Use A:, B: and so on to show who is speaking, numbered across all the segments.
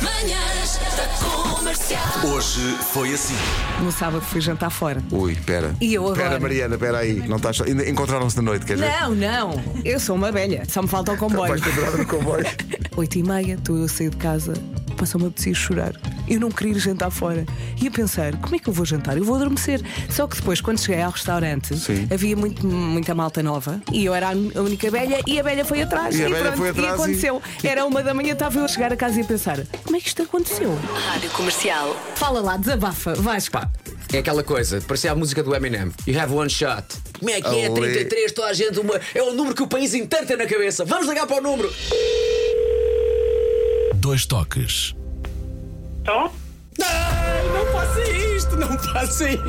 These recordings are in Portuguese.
A: Manhãs da comercial.
B: Hoje foi assim.
C: No sábado fui jantar fora.
B: Ui, pera.
C: E eu agora?
B: Pera, Mariana, pera aí. Não estás. ainda Encontraram-se de noite, quer ver?
C: Não, não. Eu sou uma velha. Só me falta o comboio.
B: Então Vais encontrar no comboio.
C: Oito e meia, estou eu a sair de casa. Passou-me a preciso chorar. Eu não queria ir jantar fora. E a pensar, como é que eu vou jantar? Eu vou adormecer. Só que depois, quando cheguei ao restaurante,
B: Sim.
C: havia muito- muita malta nova e eu era a única velha e a velha foi atrás.
B: E a velha
C: pronto,
B: foi atrás
C: e
B: e-
C: aconteceu. Era uma da manhã, estava eu a chegar a casa e a pensar, como é que isto aconteceu?
A: Rádio comercial.
C: Fala lá, desabafa, Vasco.
D: Pá, é aquela coisa, parecia a música do Eminem. You have one shot. Como é que é?
B: Ali.
D: 33, toda a gente. Uma... É o número que o país inteiro tem na cabeça. Vamos ligar para o número.
E: Dois toques.
F: Estou?
D: Não, não faça isto, não faça isto.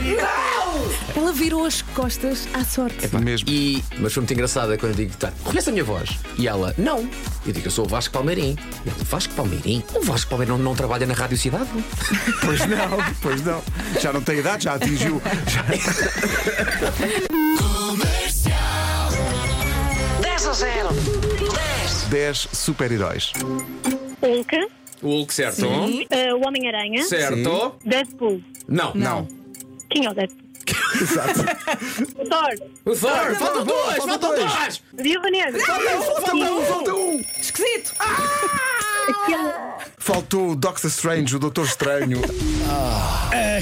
C: Ela virou as costas à sorte.
B: Mesmo.
D: E, mas foi muito engraçada quando eu digo, tá, conhece a minha voz? E ela, não. Eu digo, eu sou o Vasco Palmeirim. E ela, Vasco Palmeirim? O Vasco Palmeirim não, não trabalha na Rádio Cidade?
B: Pois não, pois não. Já não tem idade, já atingiu. Já...
A: 10 a 0. 10.
B: 10 super-heróis.
F: Hulk,
D: O Hulk, certo?
F: eh, o Homem-Aranha,
D: Certo?
F: Deadpool.
D: Não. Não.
F: Quem é o Deadpool?
B: Exato.
F: O Thor,
D: O Thor, faltam dois,
B: faltam
D: faltam
B: dois.
D: dois.
F: Viúva Negra.
B: Falta um, falta um.
C: Esquisito.
B: Faltou o Doctor Strange, o Doutor Estranho.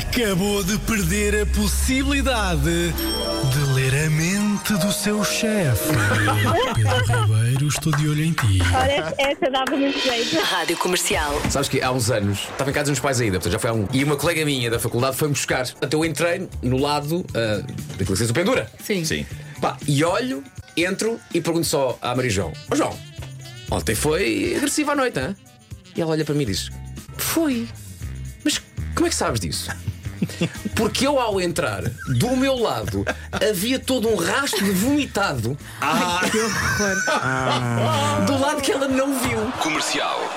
E: Acabou de perder a possibilidade de ler a mente do seu chefe. Pedro Ribeiro, estou de olho em ti.
F: Ora, essa- essa dava muito jeito.
A: Rádio comercial.
D: Sabes que há uns anos estava em casa dos meus pais ainda, portanto já foi há um. E uma colega minha da faculdade foi-me buscar. Portanto, eu entrei no lado ah, daquilo que se diz o pendura.
C: Sim.
D: Pá, e olho, entro e pergunto só à Maria João: Ó João, ontem foi agressiva à noite, hã? E ela olha para mim e diz: Foi. Mas como é que sabes disso? Porque eu, ao entrar do meu lado, havia todo um rastro de vomitado do lado que ela não viu.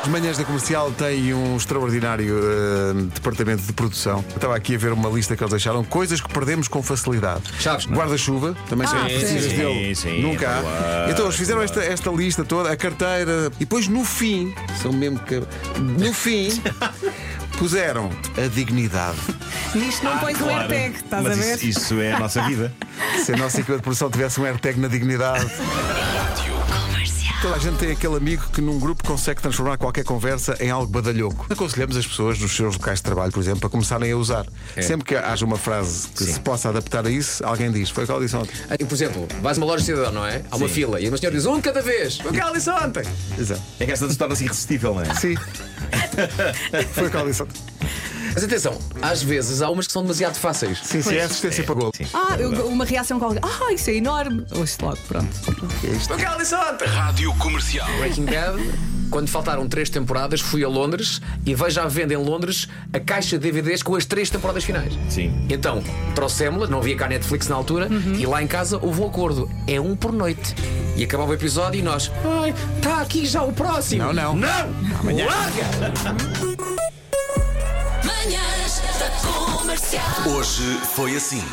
B: As manhãs da comercial têm um extraordinário eh, departamento de produção. Eu Estava aqui a ver uma lista que eles deixaram: coisas que perdemos com facilidade.
D: Chaves, não é?
B: Guarda-chuva, também sempre
C: sim.
B: precisas
C: Sim,
B: dele.
G: sim,
B: Nunca
G: é
B: há. Então eles fizeram esta, esta lista toda, a carteira, e depois no fim, são mesmo que. No fim, puseram a dignidade.
C: Nisto não pões o AirTag, estás
G: Ah, Mas
C: a ver?
G: Isso, isso é a nossa vida.
B: Se a nossa equipa de produção tivesse um AirTag na dignidade. Toda a gente tem aquele amigo que num grupo consegue transformar qualquer conversa em algo badalhoco. Aconselhamos as pessoas nos seus locais de trabalho, por exemplo, a começarem a usar. Sempre que haja uma frase que se possa adaptar a isso, alguém diz. Foi o que ela disse ontem.
D: E, por exemplo, vais a uma loja de cidadão, não é? Há uma fila e uma senhora diz um de cada vez. Foi o que ela disse ontem.
B: Exato.
G: É que esta torna-se irresistível, não é?
B: Sim. Foi o que ela disse ontem.
D: Mas atenção, às vezes há umas que são demasiado fáceis.
B: Sim, sim, é assistência para gol.
G: Sim.
C: Ah, eu- uma reação qualquer. Ah, isso é enorme. Ouço logo, pronto.
D: Foi o que ela disse ontem.
E: Rádio Comercial.
D: Breaking Bad, quando faltaram três temporadas, fui a Londres e vejo à venda em Londres a caixa de DVDs com as três temporadas finais.
G: Sim.
D: Então, trouxemos-la, não havia cá Netflix na altura, e lá em casa houve um acordo. É um por noite. E acabava o episódio e nós. Ai, está aqui já o próximo!
B: Não, não.
D: Não! Larga!
A: Manhãs da comercial.
H: Hoje foi assim.